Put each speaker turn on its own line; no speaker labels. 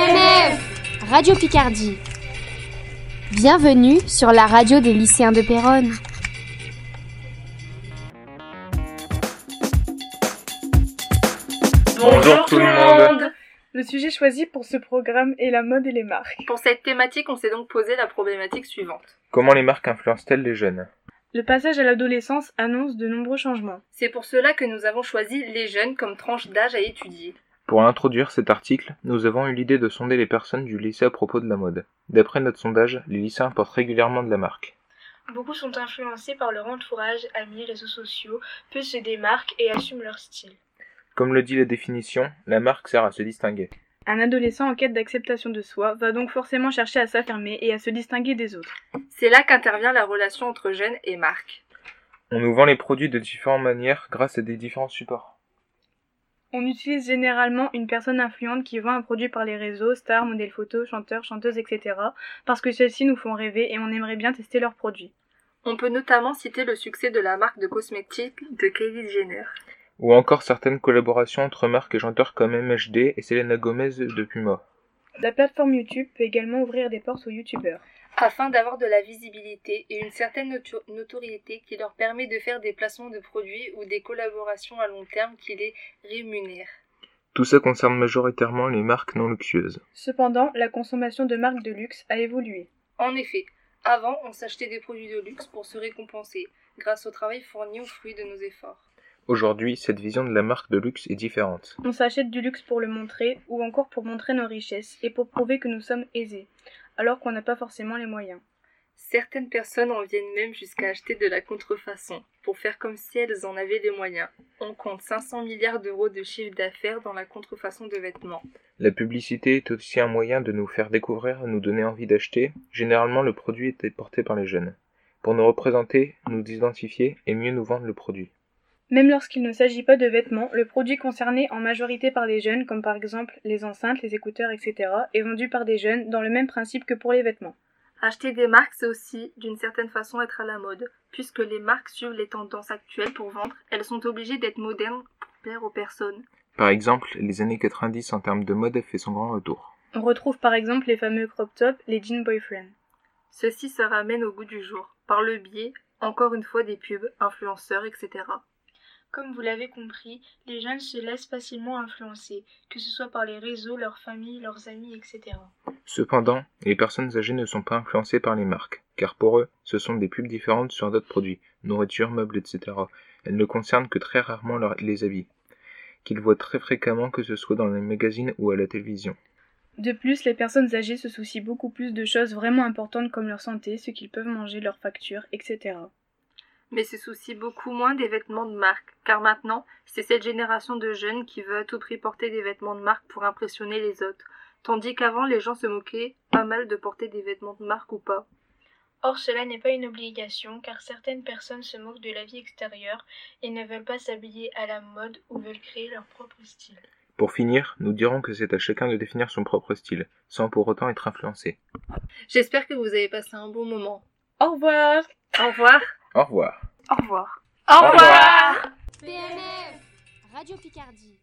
PNF
Radio Picardie. Bienvenue sur la radio des lycéens de Péronne.
Bonjour tout le monde.
Le sujet choisi pour ce programme est la mode et les marques.
Pour cette thématique, on s'est donc posé la problématique suivante.
Comment les marques influencent-elles les jeunes
Le passage à l'adolescence annonce de nombreux changements.
C'est pour cela que nous avons choisi les jeunes comme tranche d'âge à étudier.
Pour introduire cet article, nous avons eu l'idée de sonder les personnes du lycée à propos de la mode. D'après notre sondage, les lycéens portent régulièrement de la marque.
Beaucoup sont influencés par leur entourage, amis, réseaux sociaux, peu se démarquent et assument leur style.
Comme le dit la définition, la marque sert à se distinguer.
Un adolescent en quête d'acceptation de soi va donc forcément chercher à s'affirmer et à se distinguer des autres.
C'est là qu'intervient la relation entre jeunes et marques.
On nous vend les produits de différentes manières grâce à des différents supports.
On utilise généralement une personne influente qui vend un produit par les réseaux, stars, modèles photos, chanteurs, chanteuses, etc. parce que celles-ci nous font rêver et on aimerait bien tester leurs produits.
On peut notamment citer le succès de la marque de cosmétiques de Kylie Jenner.
Ou encore certaines collaborations entre marques et chanteurs comme MHD et Selena Gomez de Puma.
La plateforme YouTube peut également ouvrir des portes aux youtubeurs.
Afin d'avoir de la visibilité et une certaine noto- notoriété qui leur permet de faire des placements de produits ou des collaborations à long terme qui les rémunèrent.
Tout ça concerne majoritairement les marques non luxueuses.
Cependant, la consommation de marques de luxe a évolué.
En effet, avant, on s'achetait des produits de luxe pour se récompenser, grâce au travail fourni au fruit de nos efforts.
Aujourd'hui, cette vision de la marque de luxe est différente.
On s'achète du luxe pour le montrer ou encore pour montrer nos richesses et pour prouver que nous sommes aisés, alors qu'on n'a pas forcément les moyens.
Certaines personnes en viennent même jusqu'à acheter de la contrefaçon, pour faire comme si elles en avaient les moyens. On compte 500 milliards d'euros de chiffre d'affaires dans la contrefaçon de vêtements.
La publicité est aussi un moyen de nous faire découvrir, nous donner envie d'acheter. Généralement, le produit est porté par les jeunes. Pour nous représenter, nous identifier et mieux nous vendre le produit.
Même lorsqu'il ne s'agit pas de vêtements, le produit concerné en majorité par des jeunes, comme par exemple les enceintes, les écouteurs, etc., est vendu par des jeunes dans le même principe que pour les vêtements.
Acheter des marques, c'est aussi, d'une certaine façon, être à la mode, puisque les marques suivent les tendances actuelles pour vendre, elles sont obligées d'être modernes pour plaire aux personnes.
Par exemple, les années 90 en termes de mode fait son grand retour.
On retrouve par exemple les fameux crop tops, les jeans boyfriend.
Ceci se ramène au goût du jour, par le biais, encore une fois, des pubs, influenceurs, etc.
Comme vous l'avez compris, les jeunes se laissent facilement influencer, que ce soit par les réseaux, leur famille, leurs amis, etc.
Cependant, les personnes âgées ne sont pas influencées par les marques, car pour eux, ce sont des pubs différentes sur d'autres produits, nourriture, meubles, etc. Elles ne concernent que très rarement leurs- les habits, qu'ils voient très fréquemment que ce soit dans les magazines ou à la télévision.
De plus, les personnes âgées se soucient beaucoup plus de choses vraiment importantes comme leur santé, ce qu'ils peuvent manger, leurs factures, etc.
mais se soucie beaucoup moins des vêtements de marque, car maintenant, c'est cette génération de jeunes qui veut à tout prix porter des vêtements de marque pour impressionner les autres, tandis qu'avant les gens se moquaient pas mal de porter des vêtements de marque ou pas.
Or, cela n'est pas une obligation, car certaines personnes se moquent de la vie extérieure et ne veulent pas s'habiller à la mode ou veulent créer leur propre style.
Pour finir, nous dirons que c'est à chacun de définir son propre style, sans pour autant être influencé.
J'espère que vous avez passé un bon moment.
Au revoir
Au revoir.
Au revoir.
Au revoir.
Au revoir.
Radio Picardie.